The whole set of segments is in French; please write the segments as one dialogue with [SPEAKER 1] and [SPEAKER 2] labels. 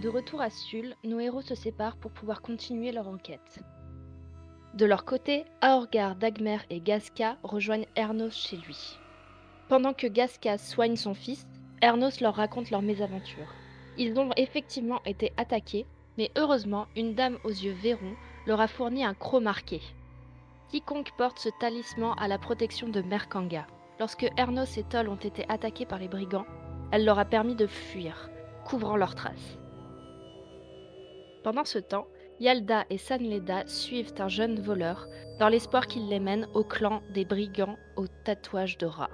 [SPEAKER 1] De retour à Sul, nos héros se séparent pour pouvoir continuer leur enquête. De leur côté, Aorgar, Dagmer et Gasca rejoignent Ernos chez lui. Pendant que Gasca soigne son fils, Ernos leur raconte leur mésaventure. Ils ont effectivement été attaqués, mais heureusement, une dame aux yeux verrons leur a fourni un croc marqué. Quiconque porte ce talisman a la protection de Merkanga. Lorsque Ernos et Toll ont été attaqués par les brigands, elle leur a permis de fuir, couvrant leurs traces. Pendant ce temps, Yalda et Sanleda suivent un jeune voleur dans l'espoir qu'il les mène au clan des brigands au tatouage de rat.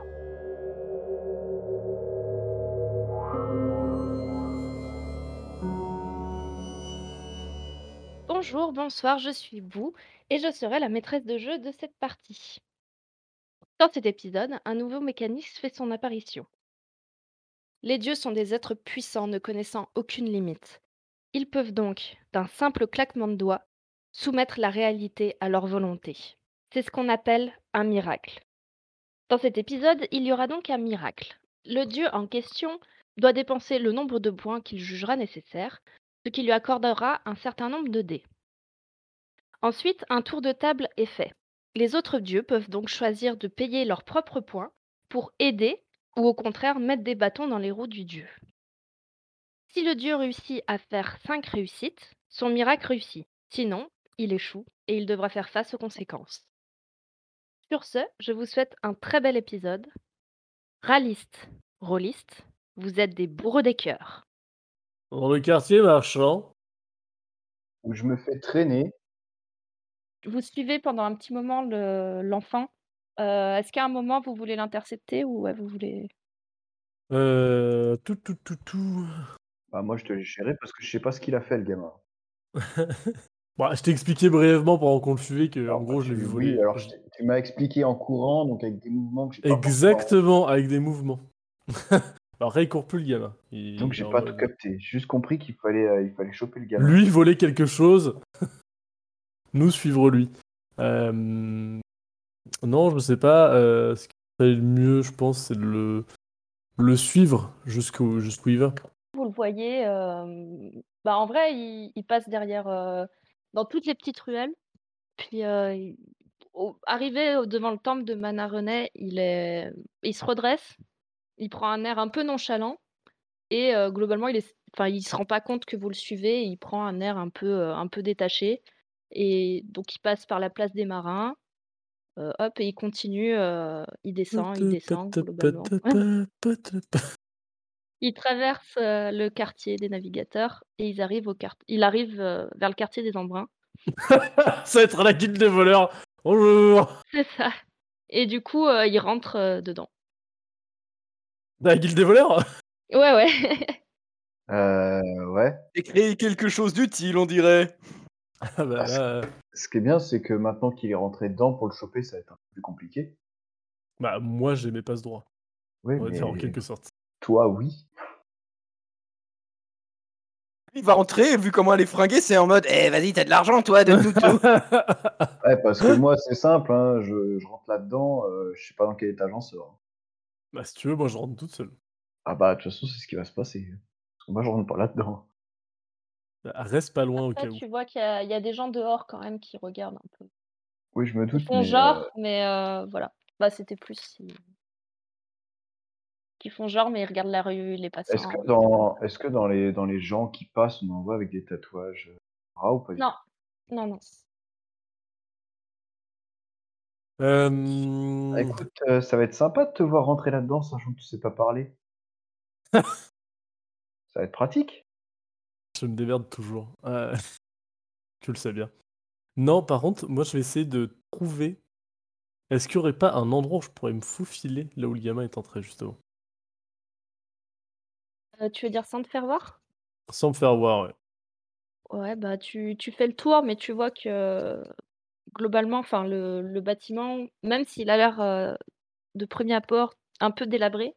[SPEAKER 1] Bonjour, bonsoir, je suis Bou et je serai la maîtresse de jeu de cette partie. Dans cet épisode, un nouveau mécanisme fait son apparition. Les dieux sont des êtres puissants ne connaissant aucune limite. Ils peuvent donc, d'un simple claquement de doigts, soumettre la réalité à leur volonté. C'est ce qu'on appelle un miracle. Dans cet épisode, il y aura donc un miracle. Le dieu en question doit dépenser le nombre de points qu'il jugera nécessaire, ce qui lui accordera un certain nombre de dés. Ensuite, un tour de table est fait. Les autres dieux peuvent donc choisir de payer leurs propres points pour aider ou au contraire mettre des bâtons dans les roues du dieu. Si le dieu réussit à faire 5 réussites, son miracle réussit. Sinon, il échoue et il devra faire face aux conséquences. Sur ce, je vous souhaite un très bel épisode. Raliste, rôliste, vous êtes des bourreaux des cœurs.
[SPEAKER 2] Dans le quartier marchand,
[SPEAKER 3] où je me fais traîner.
[SPEAKER 4] Vous suivez pendant un petit moment le- l'enfant. Euh, Est-ce qu'à un moment, vous voulez l'intercepter ou ouais, vous voulez...
[SPEAKER 2] euh, tout, tout, tout, tout.
[SPEAKER 3] Bah, moi, je te l'ai géré parce que je sais pas ce qu'il a fait, le gamin.
[SPEAKER 2] Bon, je t'ai expliqué brièvement pendant qu'on le suivait que, en
[SPEAKER 3] Alors,
[SPEAKER 2] gros,
[SPEAKER 3] bah,
[SPEAKER 2] je l'ai
[SPEAKER 3] tu-
[SPEAKER 2] vu voler.
[SPEAKER 3] Oui, alors je t'ai- tu m'as expliqué en courant, donc avec des mouvements que j'ai pas forcément-
[SPEAKER 2] Exactement, avec des mouvements. Après, il court plus le gamin. Il-
[SPEAKER 3] Donc
[SPEAKER 2] il
[SPEAKER 3] j'ai
[SPEAKER 2] est en
[SPEAKER 3] pas
[SPEAKER 2] mode-
[SPEAKER 3] tout capté. J'ai juste compris qu'il fallait, euh, il fallait choper le gamin.
[SPEAKER 2] Lui voler quelque chose, nous suivre lui. Euh, Non, je sais pas. euh, Ce qui serait le mieux, je pense, c'est de le... le suivre jusqu'où jusqu'où il va.
[SPEAKER 4] Vous le voyez, euh, bah, en vrai, il, il passe derrière, euh, dans toutes les petites ruelles. Puis, euh, il- au- arrivé au- devant le temple de Manarenet, il, est... il se redresse, il prend un air un peu nonchalant, et euh, globalement, il est... enfin, il se rend pas compte que vous le suivez, et il prend un air un peu, euh, un peu détaché. Et donc, il passe par la place des marins, euh, hop, et il continue, euh, il descend, il descend, globalement. Ils traversent euh, le quartier des navigateurs et ils arrivent au quart- il arrive euh, vers le quartier des embruns.
[SPEAKER 2] Ça va être la guilde des voleurs. Bonjour.
[SPEAKER 4] C'est ça. Et du coup, euh, ils rentrent euh, dedans.
[SPEAKER 2] La guilde des voleurs
[SPEAKER 4] Ouais, ouais.
[SPEAKER 3] Euh, ouais.
[SPEAKER 5] Et créer quelque chose d'utile, on dirait.
[SPEAKER 2] Ah bah là, euh,
[SPEAKER 3] Ce qui est bien, c'est que maintenant qu'il est rentré dedans, pour le choper, ça va être un peu plus compliqué.
[SPEAKER 2] bah, moi, j'aimais pas ce droit,
[SPEAKER 3] Oui,
[SPEAKER 2] on va
[SPEAKER 3] mais
[SPEAKER 2] dire en quelque sorte.
[SPEAKER 3] toi, oui.
[SPEAKER 5] Il va rentrer, et vu comment elle est fringuée, c'est en mode Eh, vas-y, t'as de l'argent, toi, donne-nous tout.
[SPEAKER 2] Bah,
[SPEAKER 3] Ouais, parce que moi, c'est simple. hein, je, je rentre là-dedans, euh, je sais pas dans quel étage on sort.
[SPEAKER 2] bah, si tu veux, moi, je rentre toute seule.
[SPEAKER 3] Ah bah, de toute façon, c'est ce qui va se passer. Parce que Moi, je rentre pas là-dedans.
[SPEAKER 2] Bah, reste pas
[SPEAKER 3] Ah,
[SPEAKER 2] loin au
[SPEAKER 4] Après,
[SPEAKER 2] cas où.
[SPEAKER 4] tu vois qu'il y, a- il y a des gens dehors quand même qui regardent un peu.
[SPEAKER 3] Oui, je me doute.
[SPEAKER 4] Ils font
[SPEAKER 3] mais,
[SPEAKER 4] genre,
[SPEAKER 3] euh,
[SPEAKER 4] mais euh, voilà. Bah, c'était plus si- qui font genre, mais ils regardent la rue, les passants.
[SPEAKER 3] Est-ce que, dans, est-ce que dans, les, dans les gens qui passent, on en voit avec des tatouages euh, bras ou pas du
[SPEAKER 4] Non, non, non.
[SPEAKER 2] Euh,
[SPEAKER 3] Bah, Écoute, euh, ça va être sympa de te voir rentrer là-dedans, sachant que tu sais pas parler. ça va être pratique.
[SPEAKER 2] Je me démerde toujours. Euh, tu le sais bien. Non, par contre, moi, je vais essayer de trouver. Est-ce qu'il y aurait pas un endroit où je pourrais me faufiler là où le gamin est entré, justement
[SPEAKER 4] Euh, tu veux dire sans te faire voir
[SPEAKER 2] Sans me faire voir, ouais.
[SPEAKER 4] Ouais, bah tu, tu fais le tour, mais tu vois que globalement, enfin le, le bâtiment, même s'il a l'air euh, de premier abord un peu délabré,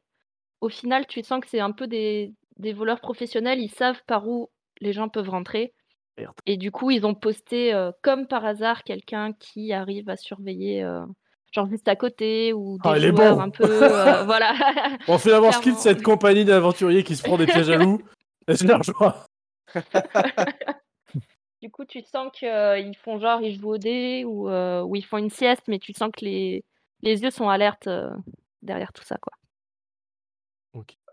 [SPEAKER 4] au final tu sens que c'est un peu des, des voleurs professionnels, ils savent par où les gens peuvent rentrer.
[SPEAKER 2] Merde.
[SPEAKER 4] Et du coup, ils ont posté euh, comme par hasard quelqu'un qui arrive à surveiller euh, genre juste à côté ou des
[SPEAKER 2] Ah, il est
[SPEAKER 4] joueurs
[SPEAKER 2] bon.
[SPEAKER 4] un peu euh, voilà.
[SPEAKER 2] Bon, finalement, je quitte
[SPEAKER 4] Clairement.
[SPEAKER 2] cette compagnie d'aventuriers qui se prend des pièges à loups. Et je les rejoins.
[SPEAKER 4] Du coup, tu sens qu'ils font genre, ils jouent au dé ou, euh, ou ils font une sieste, mais tu sens que les, les yeux sont alertes euh, derrière tout ça. Quoi.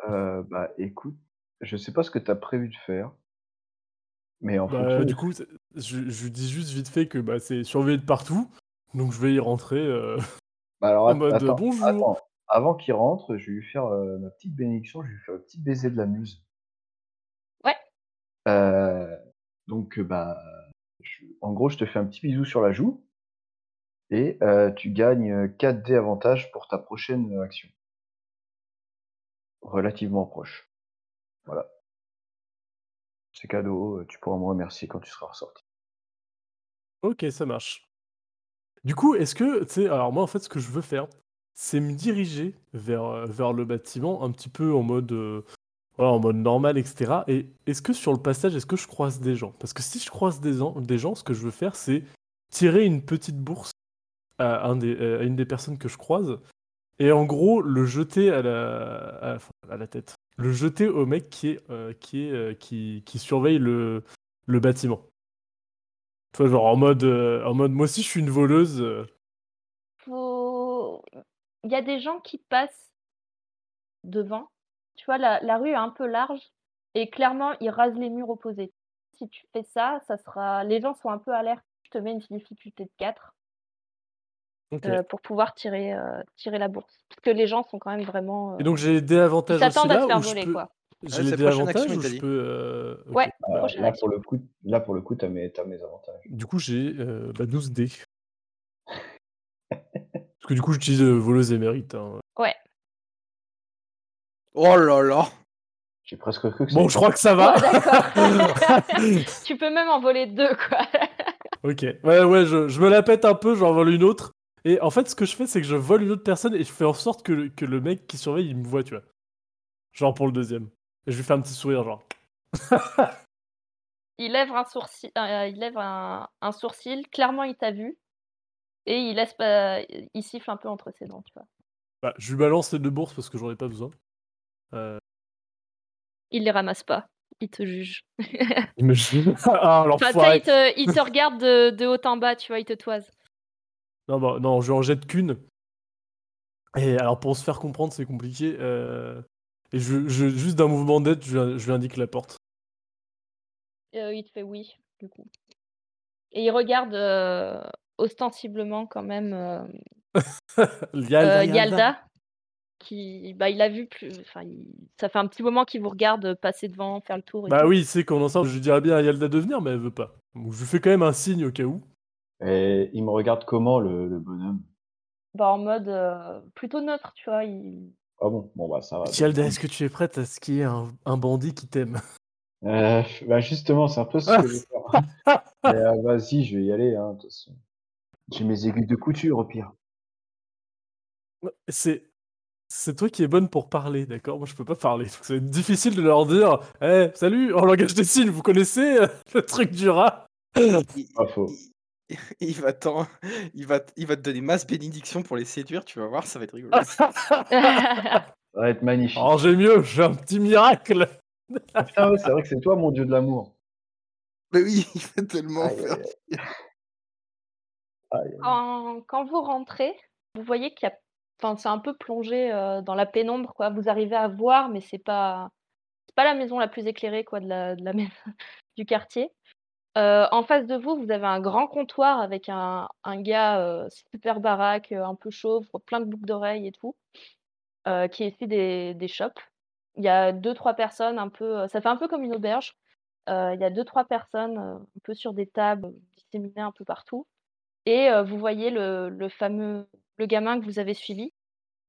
[SPEAKER 3] Euh, bah écoute, je sais pas ce que t'as prévu de faire, mais en
[SPEAKER 2] Bah,
[SPEAKER 3] fonction
[SPEAKER 2] du coup, c'est- je, je lui dis juste vite fait que bah, c'est surveillé de partout, donc je vais y rentrer. euh,
[SPEAKER 3] Bah alors,
[SPEAKER 2] en
[SPEAKER 3] att-
[SPEAKER 2] mode,
[SPEAKER 3] attends,
[SPEAKER 2] bonjour.
[SPEAKER 3] attends. Avant qu'il rentre, je vais lui faire euh, ma petite bénédiction, je vais lui faire le petit baiser de la muse.
[SPEAKER 4] Ouais.
[SPEAKER 3] Euh, donc, euh, bah, je- en gros, je te fais un petit bisou sur la joue et euh, tu gagnes 4 dés avantages pour ta prochaine euh, action. Relativement proche. Voilà. C'est cadeau, euh, tu pourras me remercier quand tu seras ressorti.
[SPEAKER 2] Ok, ça marche. Du coup, est-ce que, tu sais, alors moi en fait, ce que je veux faire, c'est me diriger vers, euh, vers le bâtiment, un petit peu en mode, euh, voilà, en mode normal, etc. Et est-ce que sur le passage, est-ce que je croise des gens Parce que si je croise des, gens- des gens, ce que je veux faire, c'est tirer une petite bourse à, un des, euh, à une des personnes que je croise, et en gros, le jeter à la, à, enfin, à la tête. Le jeter au mec qui, est, euh, qui, est, euh, qui, qui surveille le, le bâtiment. Tu vois, genre en mode, euh, en mode, moi aussi je suis une voleuse. euh,
[SPEAKER 4] Faut- Il y a des gens qui passent devant. Tu vois, la, la rue est un peu large et clairement, ils rasent les murs opposés. Si tu fais ça, ça sera... les gens sont un peu alertes. Je te mets une difficulté de 4
[SPEAKER 2] ok.
[SPEAKER 4] pour pouvoir tirer, euh, tirer la bourse. Parce que les gens sont quand même vraiment...
[SPEAKER 2] Et
[SPEAKER 4] euh,
[SPEAKER 2] donc j'ai les désavantages
[SPEAKER 4] ils
[SPEAKER 2] aussi
[SPEAKER 4] s'attendent à
[SPEAKER 2] là
[SPEAKER 4] se faire
[SPEAKER 2] où je
[SPEAKER 4] voler,
[SPEAKER 2] peux-
[SPEAKER 4] quoi.
[SPEAKER 2] J'ai
[SPEAKER 5] Ouais,
[SPEAKER 2] les
[SPEAKER 5] c'est la prochaine
[SPEAKER 2] désavantages
[SPEAKER 5] action, il
[SPEAKER 2] où
[SPEAKER 5] t'a
[SPEAKER 2] je
[SPEAKER 5] dit.
[SPEAKER 2] peux. euh, ok.
[SPEAKER 4] Ouais,
[SPEAKER 3] Bah,
[SPEAKER 4] prochaine
[SPEAKER 3] là,
[SPEAKER 4] action.
[SPEAKER 3] pour le coup, là, pour le coup, t'as mes, t'as mes avantages.
[SPEAKER 2] Du coup j'ai euh, bah, 12 dés. Parce que du coup j'utilise euh, voleuse émérite. hein.
[SPEAKER 5] Oh là là
[SPEAKER 3] J'ai presque cru que
[SPEAKER 2] Bon, je crois que ça va.
[SPEAKER 4] Ouais, d'accord. tu peux même en voler deux, quoi.
[SPEAKER 2] ok. Ouais, ouais, je, je me la pète un peu, j'en vole une autre. Et en fait, ce que je fais, c'est que je vole une autre personne et je fais en sorte que le, que le mec qui surveille, il me voit, tu vois. Genre pour le deuxième. Et je lui fais un petit sourire, genre.
[SPEAKER 4] Il lève un sourcil, euh, il lève un, un sourcil. Clairement, il t'a vu et il laisse pas, il siffle un peu entre ses dents, tu vois.
[SPEAKER 2] Bah, je lui balance les deux bourses parce que j'en ai pas besoin. Euh,
[SPEAKER 4] Il les ramasse pas. Il te juge.
[SPEAKER 2] Imagine. ah,
[SPEAKER 4] Enfin, tu
[SPEAKER 2] l'enfoiré.
[SPEAKER 4] vois, il, te, il te regarde de, de haut en bas, tu vois, il te toise.
[SPEAKER 2] Non, bah, non, je en jette qu'une. Et alors, pour se faire comprendre, c'est compliqué. euh, Et je, je- juste d'un mouvement d'aide, je, lui- je lui indique la porte.
[SPEAKER 4] Euh, il te fait oui, du coup. Et il regarde euh, ostensiblement quand même euh,
[SPEAKER 2] Yalda,
[SPEAKER 4] Euh, Yalda, qui bah, il a vu plus. Enfin, il- ça fait un petit moment qu'il vous regarde passer devant, faire le tour. et
[SPEAKER 2] Bah
[SPEAKER 4] tout.
[SPEAKER 2] oui, c'est qu'on ensemble, je lui dirais bien à Yalda de venir, mais elle veut pas. Donc, je lui fais quand même un signe au cas où.
[SPEAKER 3] Et il me regarde comment le, le bonhomme
[SPEAKER 4] Bah, en mode euh, plutôt neutre, tu vois. Il...
[SPEAKER 3] Ah bon, bon bah ça va.
[SPEAKER 2] Yalda, est-ce que tu es prête à ce qu'il y ait un, un bandit qui t'aime
[SPEAKER 3] Euh, bah justement, c'est un peu ce que je vais faire. Mais, euh, Vas-y, je vais y aller. Hein, de toute façon. J'ai mes aiguilles de couture au pire.
[SPEAKER 2] C'est. C'est toi qui es bonne pour parler, d'accord Moi, je peux pas parler. donc C'est difficile de leur dire Eh, salut, en langage des signes, vous connaissez euh, le truc du rat
[SPEAKER 5] il,
[SPEAKER 3] Pas faux.
[SPEAKER 5] il- il va t'en- il va, t- il va te donner masse bénédiction pour les séduire, tu vas voir, ça va être rigolo.
[SPEAKER 3] Ça va être magnifique.
[SPEAKER 2] Alors, j'ai mieux, j'ai un petit miracle
[SPEAKER 3] Ah, Oh, putain, ouais, c'est vrai que c'est toi, mon dieu de l'amour.
[SPEAKER 5] Mais oui, il va tellement
[SPEAKER 4] Ah,
[SPEAKER 3] Aïe,
[SPEAKER 5] faire.
[SPEAKER 3] aïe,
[SPEAKER 4] quand, quand vous rentrez, vous voyez qu'il y a. Enfin, c'est un peu plongé euh, dans la pénombre, quoi. Vous arrivez à voir, mais c'est pas. C'est pas la maison la plus éclairée, quoi, de la, de la maison- du quartier. Euh, en face de vous, vous avez un grand comptoir avec un, un gars euh, super baraque, euh, un peu chauve, plein de boucles d'oreilles et tout, euh, qui est fait des, des shops. Il y a deux, trois personnes un peu. euh, Ça fait un peu comme une auberge. Euh, il y a deux, trois personnes euh, un peu sur des tables euh, disséminées un peu partout. Et euh, vous voyez le, le fameux le gamin que vous avez suivi,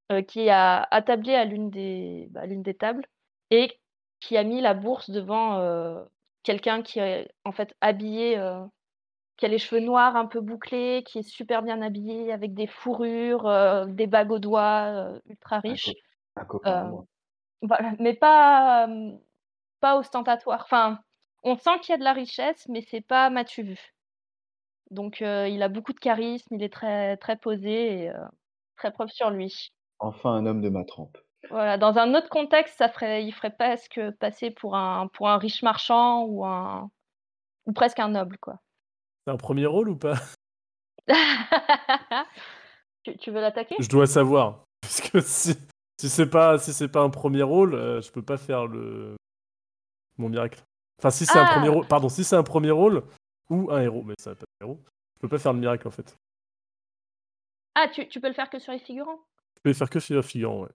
[SPEAKER 4] euh, qui a attablé à l'une des, bah, l'une des tables et qui a mis la bourse devant euh, quelqu'un qui est en fait habillé, euh, qui a les cheveux noirs un peu bouclés, qui est super bien habillé avec des fourrures, euh, des bagues aux doigts, euh, ultra riche.
[SPEAKER 3] Un copain à
[SPEAKER 4] Euh,
[SPEAKER 3] moi.
[SPEAKER 4] Voilà, mais pas, euh, pas ostentatoire. Enfin, on sent qu'il y a de la richesse, mais c'est pas matu vu. Donc, euh, il a beaucoup de charisme, il est très, très posé et euh, très propre sur lui.
[SPEAKER 3] Enfin, un homme de ma trempe.
[SPEAKER 4] Voilà, dans un autre contexte, ça ferait, il ferait presque passer pour un, pour un riche marchand ou un ou presque un noble, quoi.
[SPEAKER 2] C'est un premier rôle ou pas
[SPEAKER 4] tu, tu veux l'attaquer
[SPEAKER 2] Je dois savoir. Parce que si, si c'est pas, si c'est pas un premier rôle, euh, je peux pas faire le mon miracle. Enfin, si c'est un
[SPEAKER 4] Ah
[SPEAKER 2] premier rôle, pardon, si c'est un premier rôle ou un héros, mais ça va pas être un héros, je peux pas faire le miracle en fait.
[SPEAKER 4] Ah, tu, tu peux le faire que sur les figurants
[SPEAKER 2] Je peux les faire que sur un figurant, ouais.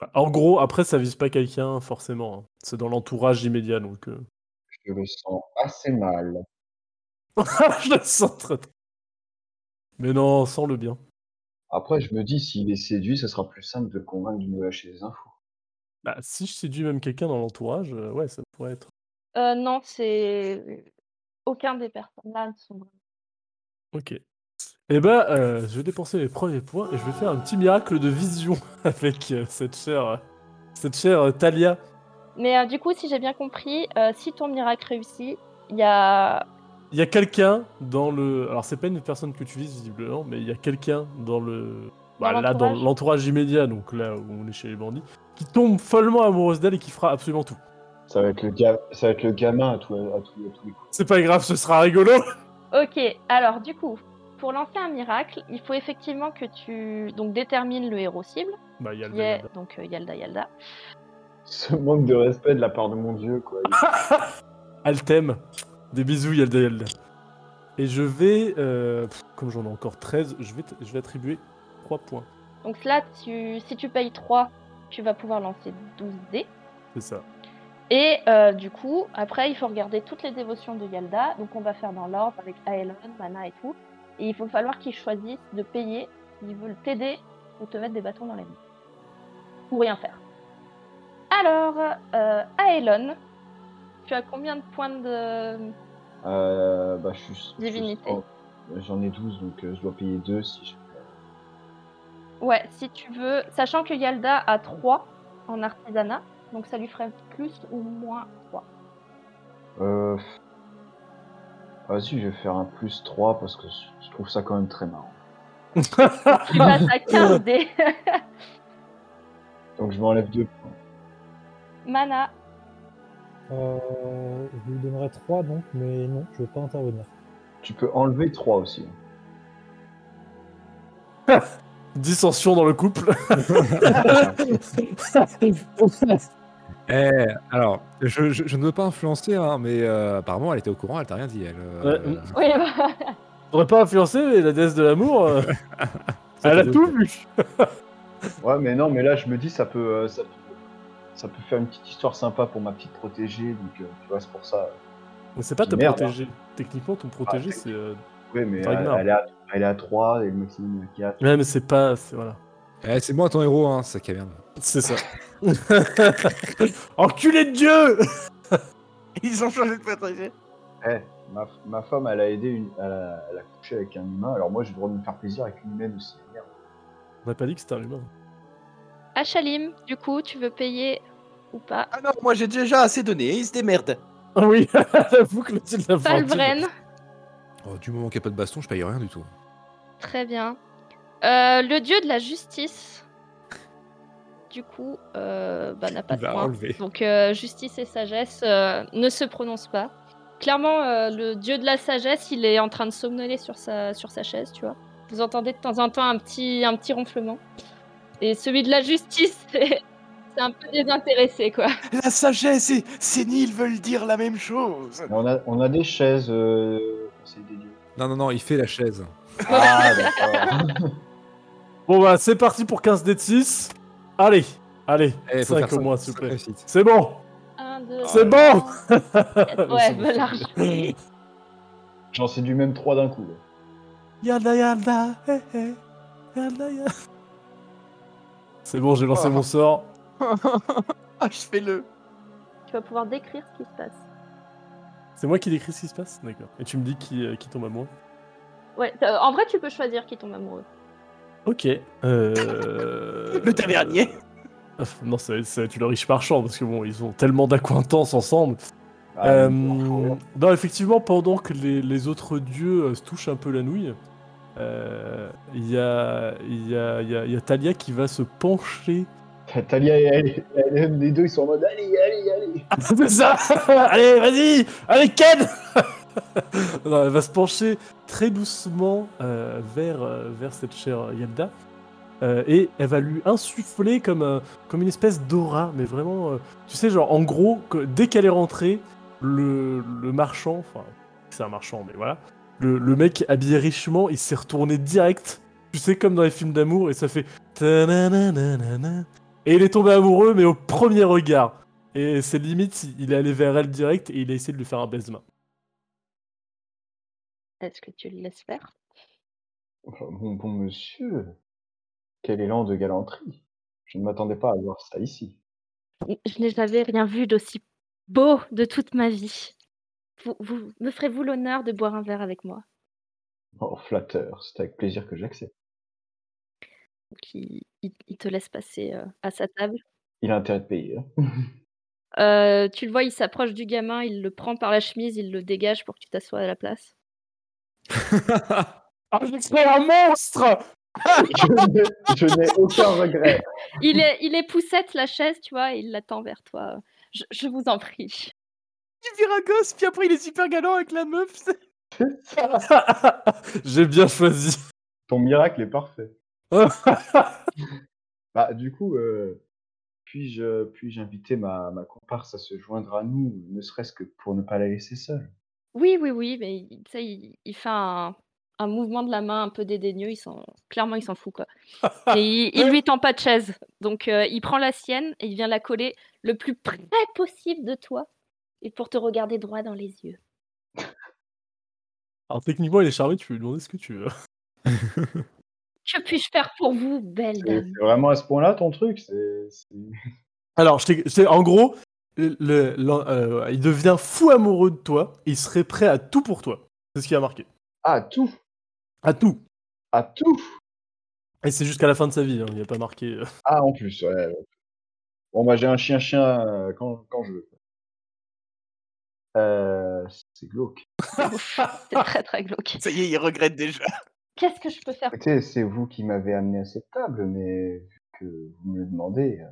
[SPEAKER 2] Bah, En gros, après, ça vise pas quelqu'un forcément. hein. C'est dans l'entourage immédiat, donc. euh,
[SPEAKER 3] Je le sens assez mal.
[SPEAKER 2] je le sens très. très- Mais non, sans le bien.
[SPEAKER 3] Après, je me dis, s'il est séduit, ça sera plus simple de le convaincre de nous lâcher les infos.
[SPEAKER 2] Bah, si je séduis même quelqu'un dans l'entourage, euh, ouais, ça pourrait être.
[SPEAKER 4] Euh, non, c'est. Aucun des personnes là ne sont vraiment.
[SPEAKER 2] Ok. Eh ben, euh, je vais dépenser mes premiers points et je vais faire un petit miracle de vision avec euh, cette chère, euh, cette chère euh, Talia.
[SPEAKER 4] Mais euh, du coup, si j'ai bien compris, euh, si ton miracle réussit, il y a.
[SPEAKER 2] Il y a quelqu'un dans le. Alors, c'est pas une personne que tu vises visiblement, mais il y a quelqu'un dans le. Bah,
[SPEAKER 4] Dans
[SPEAKER 2] là, dans
[SPEAKER 4] l'entourage.
[SPEAKER 2] l'entourage immédiat, donc là où on est chez les bandits, qui tombe follement amoureuse d'elle et qui fera absolument tout.
[SPEAKER 3] Ça va être le, ga- ça va être le gamin à, tout, à, tout- à tous les coups.
[SPEAKER 2] C'est pas grave, ce sera rigolo.
[SPEAKER 4] Ok, alors du coup, pour lancer un miracle, il faut effectivement que tu donc détermines le héros cible,
[SPEAKER 2] Bah, il y a le
[SPEAKER 4] qui est
[SPEAKER 2] Daïda.
[SPEAKER 4] donc euh, Yalda Yalda.
[SPEAKER 3] Ce manque de respect de la part de mon dieu, quoi.
[SPEAKER 2] Altem. Des bisous, Yelda Yelda. Et je vais. euh, pff, comme j'en ai encore 13, je vais, t- je vais attribuer 3 points.
[SPEAKER 4] Donc là, tu... si tu payes 3, tu vas pouvoir lancer 12 dés.
[SPEAKER 2] C'est ça.
[SPEAKER 4] Et euh, du coup, après, il faut regarder toutes les dévotions de Yalda. Donc, on va faire dans l'ordre avec Aelon, Mana et tout. Et il faut falloir qu'ils choisissent de payer s'ils veulent t'aider ou te mettre des bâtons dans les mains. Ou rien faire. Alors, euh, Aelon, tu as combien de points de.
[SPEAKER 3] Euh, bah, je suis. je suis-
[SPEAKER 4] Divinité.
[SPEAKER 3] oh, J'en ai 12, donc euh, je dois payer 2 si je.
[SPEAKER 4] Ouais, si tu veux. Sachant que Yalda a 3 en artisanat. Donc, ça lui ferait plus ou moins 3.
[SPEAKER 3] Euh... Vas-y, je vais faire un plus 3 parce que je trouve ça quand même très marrant.
[SPEAKER 4] Tu passes à 15 dés.
[SPEAKER 3] Donc je m'enlève 2 points.
[SPEAKER 4] Mana,
[SPEAKER 6] Euh, je lui donnerai 3 donc, mais non, je ne vais pas intervenir.
[SPEAKER 3] Tu peux enlever 3 aussi. hein.
[SPEAKER 2] Dissension dans le couple.
[SPEAKER 7] Eh, alors, je, je- je ne veux pas influencer, hein, mais euh, apparemment, elle était au courant, elle t'a rien dit. Elle, euh,
[SPEAKER 2] Ouais.
[SPEAKER 4] oui,
[SPEAKER 2] Faudrait pas influencer, mais la déesse de l'amour. euh, elle a tout vu.
[SPEAKER 3] Ouais, mais non, mais là, je me dis, ça peut, euh, ça, peut, ça peut faire une petite histoire sympa pour ma petite protégée. Donc, euh, tu vois, c'est pour ça.
[SPEAKER 2] Mais c'est pas ta
[SPEAKER 3] Merde, hein.
[SPEAKER 2] protégée. Techniquement, ton protégé,
[SPEAKER 3] Ah,
[SPEAKER 2] c'est. euh,
[SPEAKER 3] Oui, mais
[SPEAKER 2] Pas
[SPEAKER 3] euh,
[SPEAKER 2] grave.
[SPEAKER 3] elle, est à, elle est à 3 et le maximum est à 4.
[SPEAKER 2] Ouais, mais c'est pas. c'est- Voilà.
[SPEAKER 7] eh, c'est moi ton héros, hein, ça caverne.
[SPEAKER 2] C'est ça. Enculé de Dieu
[SPEAKER 5] Ils ont changé de protégé.
[SPEAKER 3] Eh, ma, ma femme, elle a aidé, une, elle, a, elle a couché avec un humain. Alors, moi, j'ai le droit de me faire plaisir avec une humaine aussi. Merde.
[SPEAKER 2] On a pas dit que c'était un humain.
[SPEAKER 4] Achalim, du coup, tu veux payer ou pas
[SPEAKER 5] Ah non, moi j'ai déjà assez donné, ils se démerdent.
[SPEAKER 2] Ah oui, j'avoue que le titre de la
[SPEAKER 4] Palvren,
[SPEAKER 7] Oh, du moment qu'il n'y a pas de baston, je paye rien du tout.
[SPEAKER 4] très bien. Euh, le dieu de la justice, du coup, euh, bah,
[SPEAKER 2] Ah,
[SPEAKER 4] n'a pas
[SPEAKER 7] Il
[SPEAKER 4] de
[SPEAKER 7] va
[SPEAKER 4] point.
[SPEAKER 7] enlever.
[SPEAKER 4] Donc, euh, justice et sagesse euh, ne se prononcent pas. Clairement, euh, le dieu de la sagesse, il est en train de somnoler sur sa, sur sa chaise, tu vois. Vous entendez de temps en temps un petit, un petit ronflement. Et celui de la justice, c'est c'est un peu désintéressé, quoi.
[SPEAKER 5] La sagesse et sénile veulent dire la même chose.
[SPEAKER 3] Mais on, a, on a des chaises. euh, c'est des dieux.
[SPEAKER 7] Non, non, non, il fait la chaise.
[SPEAKER 3] Ah, d'accord.
[SPEAKER 2] Bon bah, c'est parti pour 15 d 6. Allez, allez,
[SPEAKER 7] Eh, faut
[SPEAKER 2] 5
[SPEAKER 7] faire
[SPEAKER 2] au
[SPEAKER 7] ça,
[SPEAKER 2] moins, s'il vous
[SPEAKER 7] ça
[SPEAKER 2] plaît.
[SPEAKER 7] réussite.
[SPEAKER 2] C'est bon
[SPEAKER 4] Un, deux,
[SPEAKER 2] C'est
[SPEAKER 4] trois,
[SPEAKER 2] bon
[SPEAKER 4] quatre. Ouais, bah, large.
[SPEAKER 3] J'en sais du même 3 d'un coup. là.
[SPEAKER 2] Yalda yalda, eh, eh, yalda, ya- C'est bon, j'ai lancé
[SPEAKER 5] Oh.
[SPEAKER 2] mon sort.
[SPEAKER 5] Ah, je fais le.
[SPEAKER 4] Tu vas pouvoir décrire ce qui se passe.
[SPEAKER 2] C'est moi qui décris ce qui se passe D'accord. Et tu me dis qui, euh, qui tombe à moi
[SPEAKER 4] Ouais, t'as- en vrai, tu peux choisir qui tombe amoureux.
[SPEAKER 2] Ok. Euh...
[SPEAKER 5] Le tavernier.
[SPEAKER 2] euh, Non, ça va, être, ça va être le riche marchand, parce que bon, ils ont tellement d'acquaintances ensemble.
[SPEAKER 3] Ah,
[SPEAKER 2] Euh,
[SPEAKER 3] bon,
[SPEAKER 2] non, effectivement, pendant que les, les autres dieux euh, se touchent un peu la nouille, euh, il y, a, il y, a, il y a- il y a Talia qui va se pencher
[SPEAKER 3] Talia et elle- elle- les deux, ils sont en mode allez, allez, allez.
[SPEAKER 2] C'est ça Allez, vas-y Allez, Ken Non, Elle va se pencher très doucement euh, vers, euh, vers cette chère Yelda. euh, et elle va lui insuffler comme, un- comme une espèce d'aura, mais vraiment... euh, tu sais, genre, en gros, que- dès qu'elle est rentrée, le, le marchand... Enfin, c'est un marchand, mais voilà. Le, le mec habillé richement, il s'est retourné direct. Tu sais, comme dans les films d'amour, et ça fait... ta-na-na-na-na-na. Et il est tombé amoureux, mais au premier regard. Et c'est limite, il est allé vers elle direct et il a essayé de lui faire un baise de main.
[SPEAKER 4] Est-ce que tu le laisses faire
[SPEAKER 3] Oh, Mon bon monsieur, quel élan de galanterie. Je ne m'attendais pas à voir ça ici.
[SPEAKER 4] Je n'ai jamais rien vu d'aussi beau de toute ma vie. Vous, vous- me ferez-vous l'honneur de boire un verre avec moi
[SPEAKER 3] Oh, flatteur, c'est avec plaisir que j'accepte.
[SPEAKER 4] Donc, il, il- il te laisse passer euh, à sa table.
[SPEAKER 3] Il a intérêt de payer. hein.
[SPEAKER 4] Euh, tu le vois, il s'approche du gamin, il le prend par la chemise, il le dégage pour que tu t'assoies à la place.
[SPEAKER 2] Ah, j'ai créé un monstre
[SPEAKER 3] Je n'ai- je n'ai aucun regret.
[SPEAKER 4] Il est, il est poussette la chaise, tu vois, et il l'attend vers toi. Je, je vous en prie.
[SPEAKER 5] Il vire un gosse, puis après il est super galant avec la meuf. c'est-
[SPEAKER 2] J'ai bien choisi.
[SPEAKER 3] Ton miracle est parfait. Bah, du coup, euh, puis-je puis inviter ma, ma comparse à se joindre à nous, ne serait-ce que pour ne pas la laisser seule
[SPEAKER 4] Oui, oui, oui, mais il- tu sais, il, il fait un, un mouvement de la main un peu dédaigneux. Il s'en- clairement, il s'en fout, quoi. Et il, il lui tend pas de chaise. Donc, euh, il prend la sienne et il vient la coller le plus près possible de toi et pour te regarder droit dans les yeux.
[SPEAKER 2] Alors techniquement, il est charmé, tu peux lui demander ce que tu veux.
[SPEAKER 4] Que puis-je faire pour vous, belle
[SPEAKER 3] C'est
[SPEAKER 4] dame
[SPEAKER 3] c'est vraiment à ce point-là ton truc c'est- c'est-
[SPEAKER 2] Alors, je t'ai- je t'ai- en gros, le- le- l'en- euh, il devient fou amoureux de toi et il serait prêt à tout pour toi. C'est ce qui a marqué.
[SPEAKER 3] À Ah, tout
[SPEAKER 2] À tout.
[SPEAKER 3] À tout
[SPEAKER 2] Et c'est jusqu'à la fin de sa vie, hein, il n'y a pas marqué. euh.
[SPEAKER 3] Ah, en plus, ouais, ouais. Bon, bah, j'ai un chien-chien euh, quand, quand je veux. Euh, c'est glauque.
[SPEAKER 4] C'est très, très glauque.
[SPEAKER 5] Ça y est, il regrette déjà.
[SPEAKER 4] Qu'est-ce que je peux faire
[SPEAKER 3] Écoutez, c'est vous qui m'avez amené à cette table, mais vu que vous me le demandez, euh,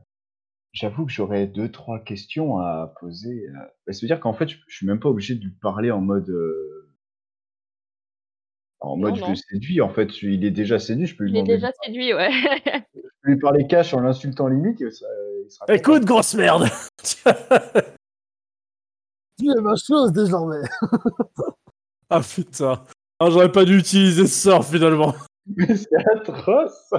[SPEAKER 3] j'avoue que j'aurais deux, trois questions à poser. euh. Bah, Ça veut dire qu'en fait, je, je suis même pas obligé de lui parler en mode. euh, En
[SPEAKER 4] Non,
[SPEAKER 3] mode, je
[SPEAKER 4] non.
[SPEAKER 3] le séduis. En fait, il est déjà séduit. Je peux lui,
[SPEAKER 4] Il est
[SPEAKER 3] demander-
[SPEAKER 4] déjà séduit, ouais.
[SPEAKER 3] je peux lui parler cash en l'insultant limite. et ça- euh, il sera content.
[SPEAKER 2] Écoute, grosse merde
[SPEAKER 6] Tu es ma chose désormais.
[SPEAKER 2] Ah putain. Ah, J'aurais pas dû utiliser ce sort finalement.
[SPEAKER 3] Mais c'est atroce.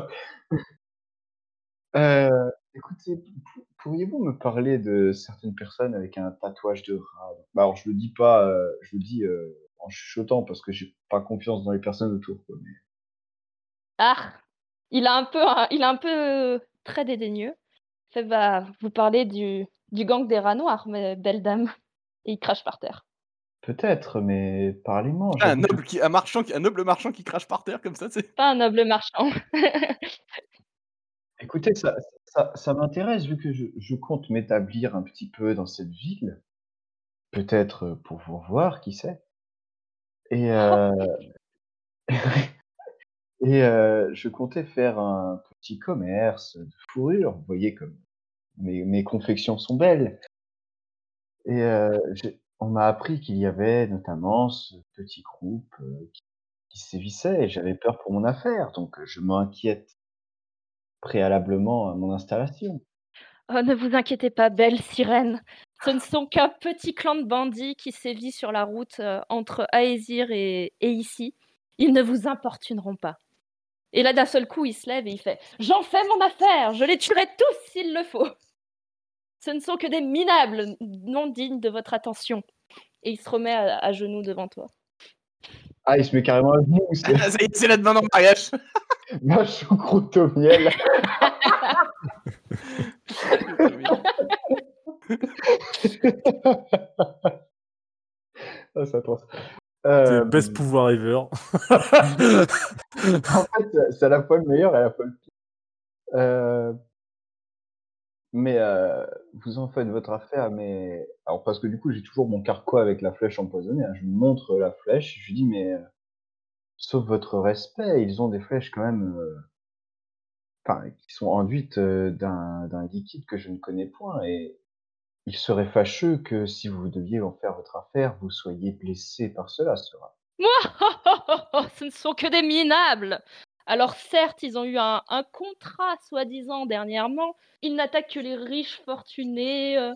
[SPEAKER 3] Euh, écoutez, pou- pourriez-vous me parler de certaines personnes avec un tatouage de rat Bah, Alors, je le dis pas, euh, je le dis euh, en chuchotant parce que j'ai pas confiance dans les personnes autour. quoi, mais-
[SPEAKER 4] Ah, il a un peu, un- il a un peu euh, très dédaigneux. Fait bah, vous parlez du, du gang des rats noirs, mais belle dame. Et il crache par terre.
[SPEAKER 3] Peut-être, mais parlez-moi.
[SPEAKER 5] Un
[SPEAKER 3] j'avoue que-
[SPEAKER 5] noble, qui, un, marchand qui, un noble marchand qui crache par terre comme ça, c'est.
[SPEAKER 4] Pas un noble marchand.
[SPEAKER 3] Écoutez, ça, ça, ça m'intéresse vu que je, je compte m'établir un petit peu dans cette ville. Peut-être euh, pour vous revoir, qui sait. Et, euh, et euh, je comptais faire un petit commerce de fourrure. Vous voyez comme mes, mes confections sont belles. Et euh, j'ai- on m'a appris qu'il y avait notamment ce petit groupe euh, qui, qui sévissait et j'avais peur pour mon affaire. Donc euh, je m'inquiète préalablement à mon installation.
[SPEAKER 4] Oh, ne vous inquiétez pas, belle sirène. Ce ne sont qu'un petit clan de bandits qui sévit sur la route euh, entre Aésir et, et ici. Ils ne vous importuneront pas. Et là, d'un seul coup, il se lève et il fait J'en fais mon affaire, je les tuerai tous s'il le faut. Ce ne sont que des minables, non dignes de votre attention. Et il se remet à, à genoux devant toi.
[SPEAKER 3] Ah, il se met carrément à genoux, c'est
[SPEAKER 5] Ah, ça y est, C'est la demande en mariage.
[SPEAKER 3] ma choucroute au miel. Ah, ça pense.
[SPEAKER 2] C'est
[SPEAKER 3] Euh,
[SPEAKER 2] le best pouvoir ever.
[SPEAKER 3] en fait, c'est- c'est à la fois le meilleur et à la fois le pire. Euh, Mais euh, vous en faites votre affaire, mais. Alors, parce que du coup, j'ai toujours mon carquois avec la flèche empoisonnée. hein. Je lui montre la flèche, je lui dis, mais. euh, Sauf votre respect, ils ont des flèches quand même. euh, enfin, qui sont enduites euh, d'un d'un liquide que je ne connais point. Et il serait fâcheux que si vous deviez en faire votre affaire, vous soyez blessé par cela. ce sera-
[SPEAKER 4] Oh, oh, oh, ce ne sont que des minables. Alors certes, ils ont eu un, un contrat soi-disant dernièrement. Ils n'attaquent que les riches fortunés. euh.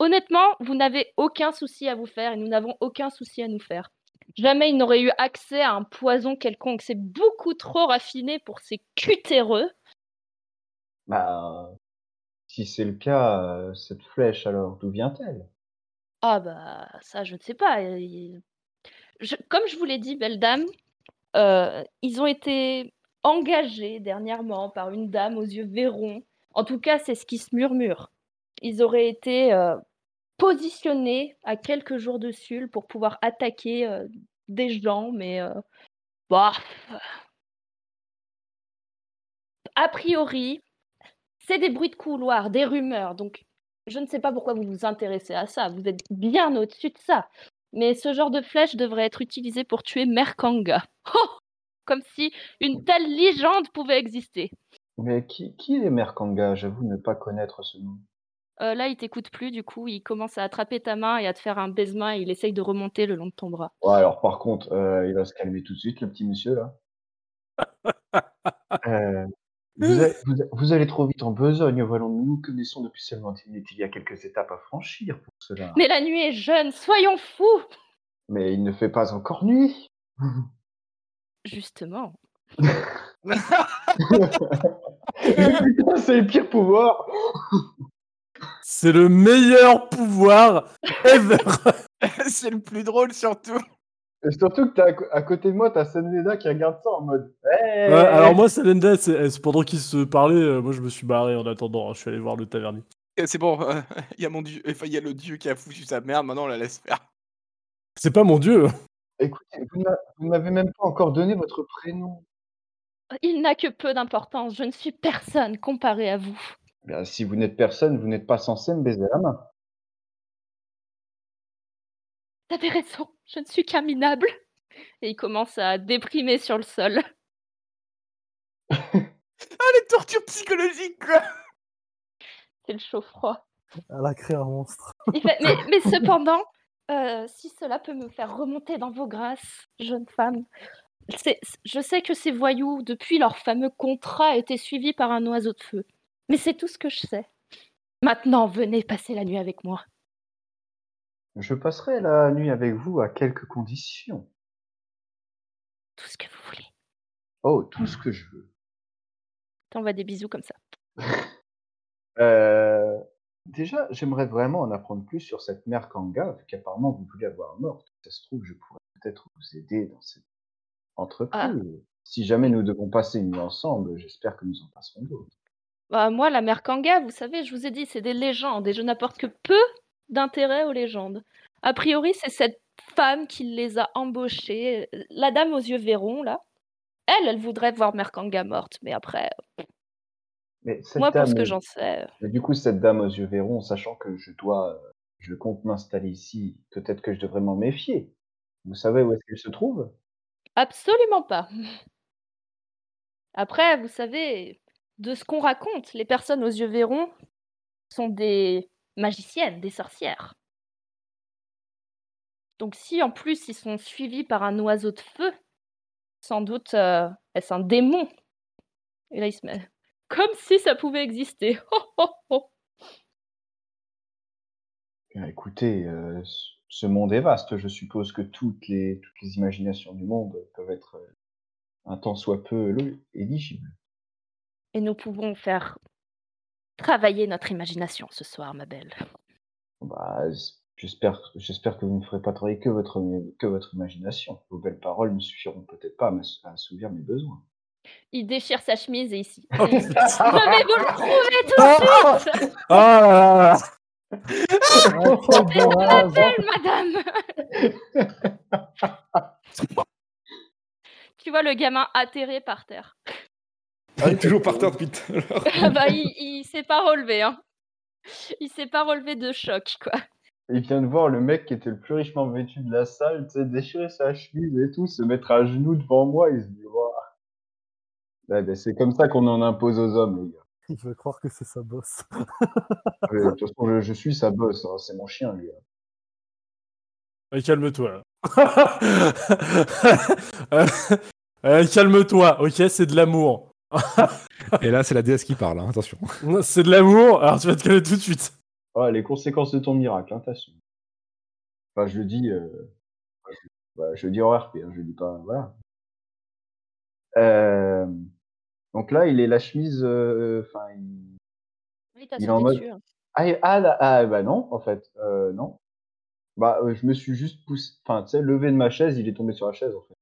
[SPEAKER 4] Honnêtement, vous n'avez aucun souci à vous faire et nous n'avons aucun souci à nous faire. Jamais ils n'auraient eu accès à un poison quelconque. C'est beaucoup trop raffiné pour ces cutéreux.
[SPEAKER 3] Bah, si c'est le cas, euh, cette flèche, alors d'où vient-elle
[SPEAKER 4] Ah bah ça, je ne sais pas. euh, il- je- comme je vous l'ai dit, belle dame, euh, ils ont été engagés dernièrement par une dame aux yeux verrons. En tout cas, c'est ce qui se murmure. Ils auraient été euh, positionnés à quelques jours de Sul pour pouvoir attaquer euh, des gens, mais euh, bah, a priori, c'est des bruits de couloir, des rumeurs, donc je ne sais pas pourquoi vous vous intéressez à ça. Vous êtes bien au-dessus de ça. Mais ce genre de flèche devrait être utilisé pour tuer Merkanga. Oh Comme si une telle légende pouvait exister.
[SPEAKER 3] Mais qui, qui est Merkanga J'avoue ne pas connaître ce nom.
[SPEAKER 4] Euh, là, il t'écoute plus, du coup, il commence à attraper ta main et à te faire un baisement et il essaye de remonter le long de ton bras.
[SPEAKER 3] Ouais, alors par contre, euh, il va se calmer tout de suite, le petit monsieur là. Euh, vous, allez, vous a- vous allez trop vite en besogne, voilà, nous nous connaissons depuis seulement 10 minutes. Il y a quelques étapes à franchir pour cela.
[SPEAKER 4] Mais la nuit est jeune, soyons fous
[SPEAKER 3] Mais il ne fait pas encore nuit.
[SPEAKER 4] Justement.
[SPEAKER 3] Putain, c'est le pire pouvoir.
[SPEAKER 2] C'est le meilleur pouvoir ever.
[SPEAKER 5] c'est le plus drôle surtout.
[SPEAKER 3] Et surtout que t'as à, co- à côté de moi, t'as Sanleda qui regarde ça en mode. Hey
[SPEAKER 2] Ouais, alors moi, Salenda, c'est elle, c'est pendant qu'ils se parlaient, euh, moi je me suis barré en attendant. hein, je suis allé voir le tavernier.
[SPEAKER 5] Eh, C'est bon, euh, il y a mon dieu, enfin il y a le dieu qui a foutu sa merde, maintenant on la laisse faire.
[SPEAKER 2] C'est pas mon dieu. hein.
[SPEAKER 3] Écoutez, vous n'a- vous ne m'avez même pas encore donné votre prénom.
[SPEAKER 4] Il n'a que peu d'importance, je ne suis personne comparé à vous.
[SPEAKER 3] Ben, si vous n'êtes personne, vous n'êtes pas censé me baiser la main.
[SPEAKER 4] T'avais raison, je ne suis qu'un minable. Et il commence à déprimer sur le sol.
[SPEAKER 5] Ah les tortures psychologiques quoi
[SPEAKER 4] C'est le chaud-froid.
[SPEAKER 6] Elle a créé un monstre.
[SPEAKER 4] Il fait, mais, mais cependant, euh, si cela peut me faire remonter dans vos grâces, jeune femme, c'est- c'est- je sais que ces voyous, depuis leur fameux contrat, étaient suivis par un oiseau de feu. Mais c'est tout ce que je sais. Maintenant, venez passer la nuit avec moi.
[SPEAKER 3] Je passerai la nuit avec vous à quelques conditions.
[SPEAKER 4] Tout ce que vous voulez.
[SPEAKER 3] Oh, tout ce que je veux.
[SPEAKER 4] T'envoies des bisous comme ça.
[SPEAKER 3] Euh, déjà, j'aimerais vraiment en apprendre plus sur cette mère Kanga, vu qu'apparemment vous voulez avoir morte. Ça se trouve, je pourrais peut-être vous aider dans cette
[SPEAKER 4] Ah.
[SPEAKER 3] entreprise. Si jamais nous devons passer une nuit ensemble, j'espère que nous en passerons d'autres.
[SPEAKER 4] Bah, moi, la mère Kanga, vous savez, je vous ai dit, c'est des légendes et je n'apporte que peu d'intérêt aux légendes. A priori, c'est cette femme qui les a embauchées, euh, la dame aux yeux verrons, là. Elle, elle voudrait voir mère Kanga morte, mais après,
[SPEAKER 3] Mais cette
[SPEAKER 4] moi, pour ce
[SPEAKER 3] dame-
[SPEAKER 4] que j'en sais, euh,
[SPEAKER 3] mais du coup, cette dame aux yeux verrons, sachant que je dois, euh, je compte m'installer ici, peut-être que je devrais m'en méfier. Vous savez où est-ce qu'elle se trouve
[SPEAKER 4] absolument pas. Après, vous savez, de ce qu'on raconte, les personnes aux yeux verrons sont des magiciennes, des sorcières. Donc si en plus ils sont suivis par un oiseau de feu, sans doute euh, est-ce un démon Et là il se met... Comme si ça pouvait exister. Oh, oh, oh.
[SPEAKER 3] Eh, Écoutez, euh, ce- ce monde est vaste. Je suppose que toutes les, toutes les imaginations du monde peuvent être euh, un tant soit peu élo- éligibles.
[SPEAKER 4] Et nous pouvons faire travailler notre imagination ce soir, ma belle.
[SPEAKER 3] Bah, s- j'espère, j'espère que vous ne ferez pas travailler que votre, que votre imagination. Vos belles paroles ne suffiront peut-être pas à m'ass- à assouvir mes besoins.
[SPEAKER 4] Il déchire sa chemise et ici.
[SPEAKER 2] Oh, putain.
[SPEAKER 4] Je vais vous le prouver tout de suite
[SPEAKER 2] Ah là là là.
[SPEAKER 6] Ah, quel dommage.
[SPEAKER 4] Belle madame Tu vois le gamin atterré par terre.
[SPEAKER 7] Il est toujours par terre depuis tout à l'heure.
[SPEAKER 4] Ah bah, il, il s'est pas relevé, hein. Il s'est pas relevé de choc, quoi.
[SPEAKER 3] Il vient de voir le mec qui était le plus richement vêtu de la salle, tu sais, déchirer sa chemise et tout, se mettre à genoux devant moi et se dire Ouah, Ouais, ben, c'est comme ça qu'on en impose aux hommes, les gars.
[SPEAKER 6] Il va croire que c'est sa bosse.
[SPEAKER 3] Euh, De toute façon, je, je suis sa bosse, hein, c'est mon chien, lui. hein.
[SPEAKER 2] Ouais, calme-toi. là. Euh, euh, calme-toi, ok, c'est de l'amour.
[SPEAKER 7] Et là, c'est la déesse qui parle, hein, attention.
[SPEAKER 2] C'est de l'amour, alors tu vas te calmer tout de suite.
[SPEAKER 3] Ah, les conséquences de ton miracle, hein, t'assumes. Enfin, je le dis, euh, je, bah, je le dis en RP, hein, je le dis pas, voilà. Euh, donc là, il est la chemise, euh, enfin, il-
[SPEAKER 4] Oui, t'as
[SPEAKER 3] Il est
[SPEAKER 4] sauté
[SPEAKER 3] en mode-
[SPEAKER 4] dessus, hein.
[SPEAKER 3] Ah, et- ah, là, ah, bah non, en fait, euh, non. Bah, euh, je me suis juste poussé, enfin, tu sais, levé de ma chaise, il est tombé sur la chaise, en fait.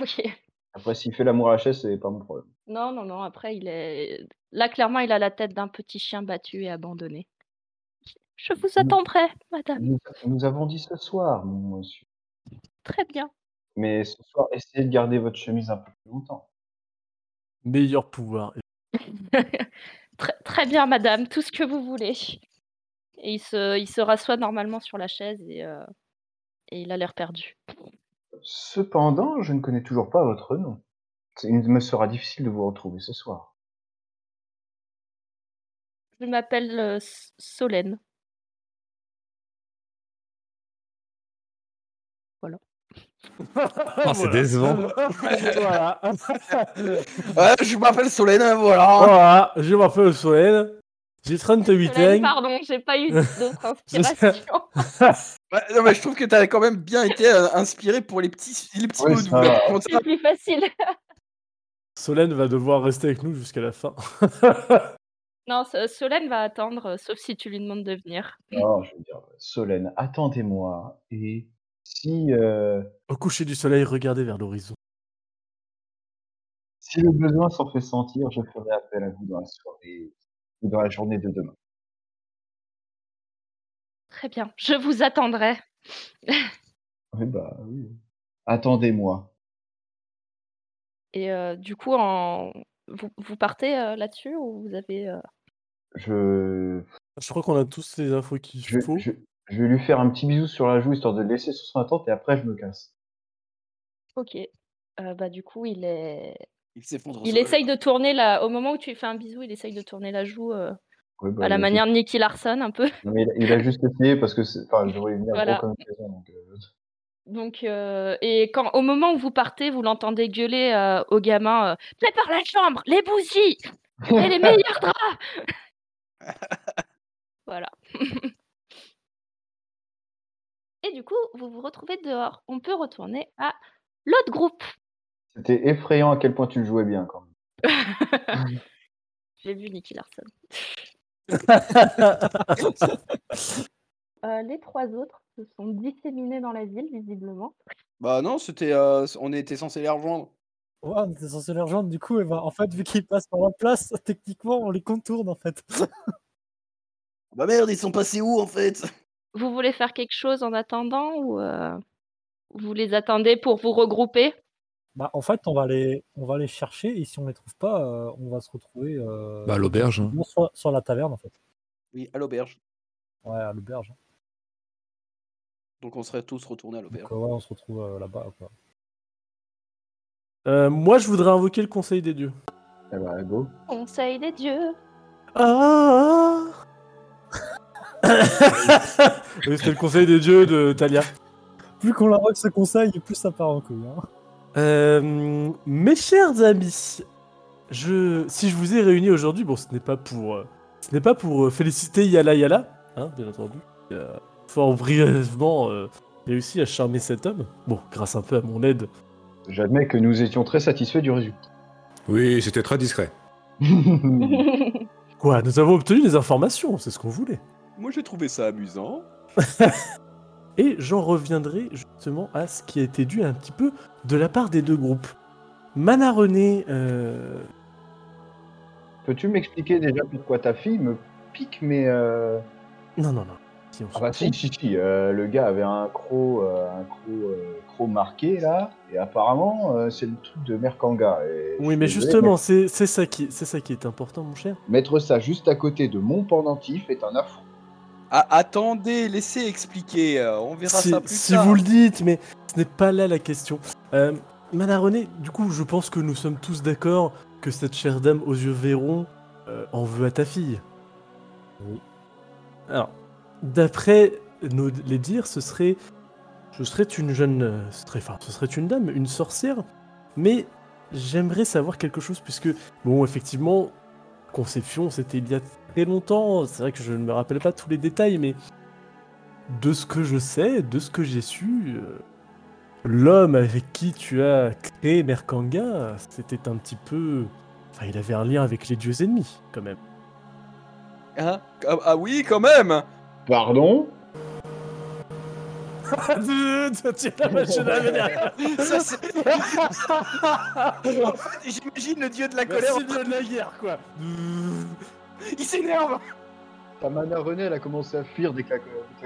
[SPEAKER 4] Ok.
[SPEAKER 3] Après, s'il fait l'amour à la chaise, c'est pas mon problème.
[SPEAKER 4] Non, non, non. Après, il est. Là, clairement, il a la tête d'un petit chien battu et abandonné. Je vous attends prêt, madame.
[SPEAKER 3] Nous, nous avons dit ce soir, mon monsieur.
[SPEAKER 4] Très bien.
[SPEAKER 3] Mais ce soir, essayez de garder votre chemise un peu plus longtemps.
[SPEAKER 2] Meilleur pouvoir.
[SPEAKER 4] Très, très bien, madame. Tout ce que vous voulez. Et il se, il se rassoit normalement sur la chaise et, euh, et il a l'air perdu.
[SPEAKER 3] Cependant, je ne connais toujours pas votre nom. C'est- Il me sera difficile de vous retrouver ce soir.
[SPEAKER 4] Je m'appelle euh, S- Solène.
[SPEAKER 7] Ah, c'est décevant.
[SPEAKER 2] voilà.
[SPEAKER 5] Ouais, je m'appelle Solène, voilà.
[SPEAKER 2] voilà, je m'appelle Soel. J'ai 38
[SPEAKER 4] Solène,
[SPEAKER 2] ans.
[SPEAKER 4] pardon, j'ai pas eu d'autres inspirations.
[SPEAKER 5] Ouais, non, mais je trouve que t'as quand même bien été euh, inspiré pour les petits, les petits
[SPEAKER 3] Ouais,
[SPEAKER 5] mots
[SPEAKER 3] ça
[SPEAKER 5] doux,
[SPEAKER 3] va.
[SPEAKER 5] là, comme ça.
[SPEAKER 4] C'est plus facile.
[SPEAKER 2] Solène va devoir rester avec nous jusqu'à la fin.
[SPEAKER 4] Non, So- Solène va attendre, euh, sauf si tu lui demandes de venir.
[SPEAKER 3] Non, Oh, je veux dire, Solène, attendez-moi. Et si, euh,
[SPEAKER 2] Au coucher du soleil, regardez vers l'horizon.
[SPEAKER 3] si le besoin s'en fait sentir, je ferai appel à vous dans la soirée ou dans la journée de demain.
[SPEAKER 4] Très bien, je vous attendrai.
[SPEAKER 3] Oui, bah oui. Attendez-moi.
[SPEAKER 4] Et euh, du coup, en... vous, vous partez euh, là-dessus ou vous avez. euh,
[SPEAKER 3] Je...
[SPEAKER 2] Je crois qu'on a tous les infos qu'il
[SPEAKER 3] Je,
[SPEAKER 2] faut.
[SPEAKER 3] je- je vais lui faire un petit bisou sur la joue histoire de le laisser sur son attente et après je me casse.
[SPEAKER 4] Ok. Euh, bah, du coup, il est.
[SPEAKER 5] Il s'effondre.
[SPEAKER 4] Il
[SPEAKER 5] sur-
[SPEAKER 4] essaye de tourner la. Au moment où tu lui fais un bisou, il essaye de tourner la joue euh,
[SPEAKER 3] Ouais, bah,
[SPEAKER 4] à la
[SPEAKER 3] il a
[SPEAKER 4] manière de Nicky Larson, un peu.
[SPEAKER 3] juste- non, mais il, a- il a juste essayé parce que c'est- enfin, je voulais venir
[SPEAKER 4] Voilà.
[SPEAKER 3] gros comme une maison, donc, euh,
[SPEAKER 4] Donc, euh, et quand, au moment où vous partez, vous l'entendez gueuler euh, au gamin euh, Prépare la chambre, les bougies et les meilleurs draps Voilà. et du coup, vous vous retrouvez dehors. On peut retourner à l'autre groupe.
[SPEAKER 3] C'était effrayant à quel point tu le jouais bien quand même.
[SPEAKER 4] J'ai vu Nicky Larson. Euh, les trois autres se sont disséminés dans la ville, visiblement.
[SPEAKER 5] Bah non, c'était, euh, on était censé les rejoindre.
[SPEAKER 6] Ouais, on était censé les rejoindre, du coup, et ben, en fait, vu qu'ils passent par la place, techniquement, on les contourne, en fait.
[SPEAKER 5] Bah merde, ils sont passés où en fait
[SPEAKER 4] Vous voulez faire quelque chose en attendant ou euh, vous les attendez pour vous regrouper
[SPEAKER 6] Bah, en fait, on va les, on va les chercher, et si on les trouve pas, euh, on va se retrouver euh,
[SPEAKER 7] Bah, l'auberge. hein.
[SPEAKER 6] non, soit sur la taverne, en fait.
[SPEAKER 5] Oui, à l'auberge.
[SPEAKER 6] Ouais, à l'auberge. hein.
[SPEAKER 5] Donc on serait tous retournés à l'auberge.
[SPEAKER 6] Donc, euh, ouais, on se retrouve euh, là-bas, quoi.
[SPEAKER 2] Euh, moi, je voudrais invoquer le conseil des dieux.
[SPEAKER 3] Eh bah, go.
[SPEAKER 4] Conseil des dieux
[SPEAKER 2] Ah Oui, C'était le conseil des dieux de Talia.
[SPEAKER 6] Plus qu'on leur ce conseil, plus ça part en couille. hein.
[SPEAKER 2] Euh, mes chers amis, je, si je vous ai réunis aujourd'hui, bon, ce n'est pas pour, euh, ce n'est pas pour euh, féliciter Yala Yala, hein, bien entendu, qui a fort brièvement euh, réussi à charmer cet homme. Bon, grâce un peu à mon aide.
[SPEAKER 3] J'admets que nous étions très satisfaits du résultat.
[SPEAKER 7] Oui, c'était très discret.
[SPEAKER 2] Quoi, nous avons obtenu des informations, c'est ce qu'on voulait.
[SPEAKER 5] Moi j'ai trouvé ça amusant.
[SPEAKER 2] Et j'en reviendrai justement à ce qui a été dû un petit peu de la part des deux groupes. Mana René, euh,
[SPEAKER 3] Peux-tu m'expliquer déjà pourquoi ta fille me pique mes... euh,
[SPEAKER 2] non non non. Si on
[SPEAKER 3] Ah
[SPEAKER 2] s'en
[SPEAKER 3] bah si,
[SPEAKER 2] fout.
[SPEAKER 3] si, si, euh, le gars avait un croc, euh, un croc, euh, croc marqué là, et apparemment euh, c'est le truc de Merkanga. et je
[SPEAKER 2] Oui,
[SPEAKER 3] suis
[SPEAKER 2] mais
[SPEAKER 3] désolé,
[SPEAKER 2] justement, c'est c'est ça qui, c'est ça qui est important, mon cher.
[SPEAKER 3] mais Mettre ça juste à côté de mon pendentif est un affront.
[SPEAKER 5] Ah, attendez, laissez expliquer. euh, on verra
[SPEAKER 2] si,
[SPEAKER 5] ça plus
[SPEAKER 2] si
[SPEAKER 5] tard.
[SPEAKER 2] vous le dites, mais ce n'est pas là la question. Euh, Mana René, du coup, je pense que nous sommes tous d'accord que cette chère dame aux yeux verrons euh, en veut à ta fille.
[SPEAKER 7] Oui.
[SPEAKER 2] Alors, d'après nos- les dires, ce serait, ce serait une jeune, euh, ce serait, enfin, ce serait une dame, une sorcière. Mais j'aimerais savoir quelque chose puisque, bon, effectivement, conception, c'était il y a très longtemps. C'est vrai que je ne me rappelle pas tous les détails, mais de ce que je sais, de ce que j'ai su, euh, l'homme avec qui tu as créé Merkanga, c'était un petit peu. Enfin, il avait un lien avec les dieux ennemis, quand même.
[SPEAKER 5] Hein ah, ah oui, quand même
[SPEAKER 3] Pardon
[SPEAKER 5] Ah,
[SPEAKER 2] Oh,
[SPEAKER 5] Ça, c'est- En fait, J'imagine le dieu de la colère. en train de-
[SPEAKER 2] guerre, quoi.
[SPEAKER 5] Il s'énerve
[SPEAKER 3] Ta mana René, elle a commencé à fuir dès que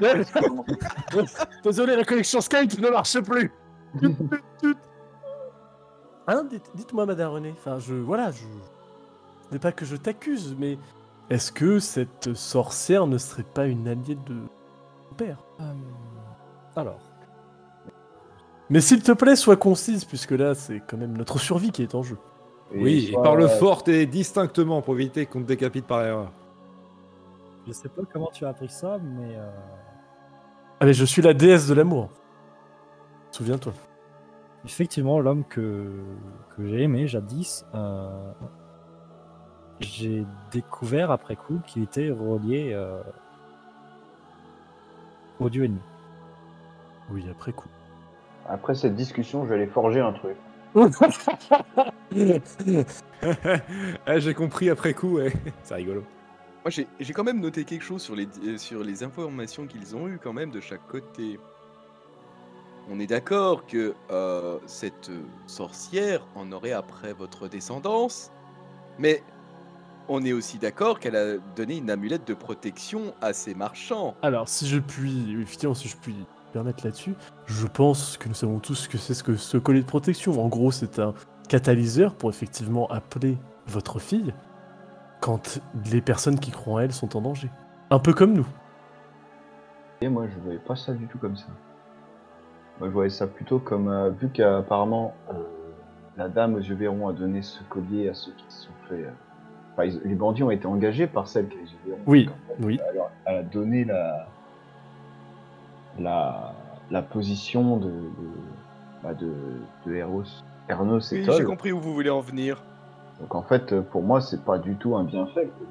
[SPEAKER 3] la- dès
[SPEAKER 2] Ouais.
[SPEAKER 3] que la collection a commencé.
[SPEAKER 2] Désolé, la connexion Skype ne marche plus. Hein, dites- dites-moi, Madame René. Enfin, je, voilà, je. Ce n'est pas que je t'accuse, mais est-ce que cette sorcière ne serait pas une alliée de mon père
[SPEAKER 6] Alors,
[SPEAKER 2] Mais s'il te plaît, sois concise, puisque là, c'est quand même notre survie qui est en jeu.
[SPEAKER 3] Et
[SPEAKER 7] Oui, et
[SPEAKER 3] soit- euh,
[SPEAKER 7] parle fort et distinctement pour éviter qu'on te décapite par erreur.
[SPEAKER 6] je sais pas comment tu as appris ça, mais euh,
[SPEAKER 2] Ah mais je suis la déesse de l'amour. Souviens-toi.
[SPEAKER 6] effectivement, l'homme que, que j'ai aimé jadis, euh, j'ai découvert après coup qu'il était relié euh, au dieu ennemi.
[SPEAKER 2] Oui, après coup.
[SPEAKER 3] Après cette discussion, je vais aller forger un truc.
[SPEAKER 7] Ah, J'ai compris après coup, ouais. c'est rigolo.
[SPEAKER 5] Moi, j'ai j'ai quand même noté quelque chose sur les, euh, sur les informations qu'ils ont eues, quand même, de chaque côté. On est d'accord que euh, cette euh, sorcière en aurait après votre descendance, mais on est aussi d'accord qu'elle a donné une amulette de protection à ses marchands.
[SPEAKER 2] Alors, si je puis, effectivement, si je puis me permettre là-dessus, je pense que nous savons tous que c'est ce que ce collier de protection. En gros, c'est un catalyseur pour effectivement appeler votre fille quand les personnes qui croient en elle sont en danger. Un peu comme nous.
[SPEAKER 3] Et moi, je voyais pas ça du tout comme ça. Moi, je voyais ça plutôt comme, euh, vu qu'apparemment, euh, la dame aux yeux verrons a donné ce collier à ceux qui se sont fait... euh, Enfin, ils- les bandits ont été engagés par celle qui a les yeux verrons.
[SPEAKER 2] Oui,
[SPEAKER 3] Donc, en fait,
[SPEAKER 2] oui.
[SPEAKER 3] Alors, elle a donné la... la... la position de... de... bah, de... de Eros. Ernos et
[SPEAKER 5] Oui,
[SPEAKER 3] Tol.
[SPEAKER 5] j'ai compris où vous voulez en venir.
[SPEAKER 3] Donc en fait, euh, pour moi, c'est pas du tout un bienfait. quoi.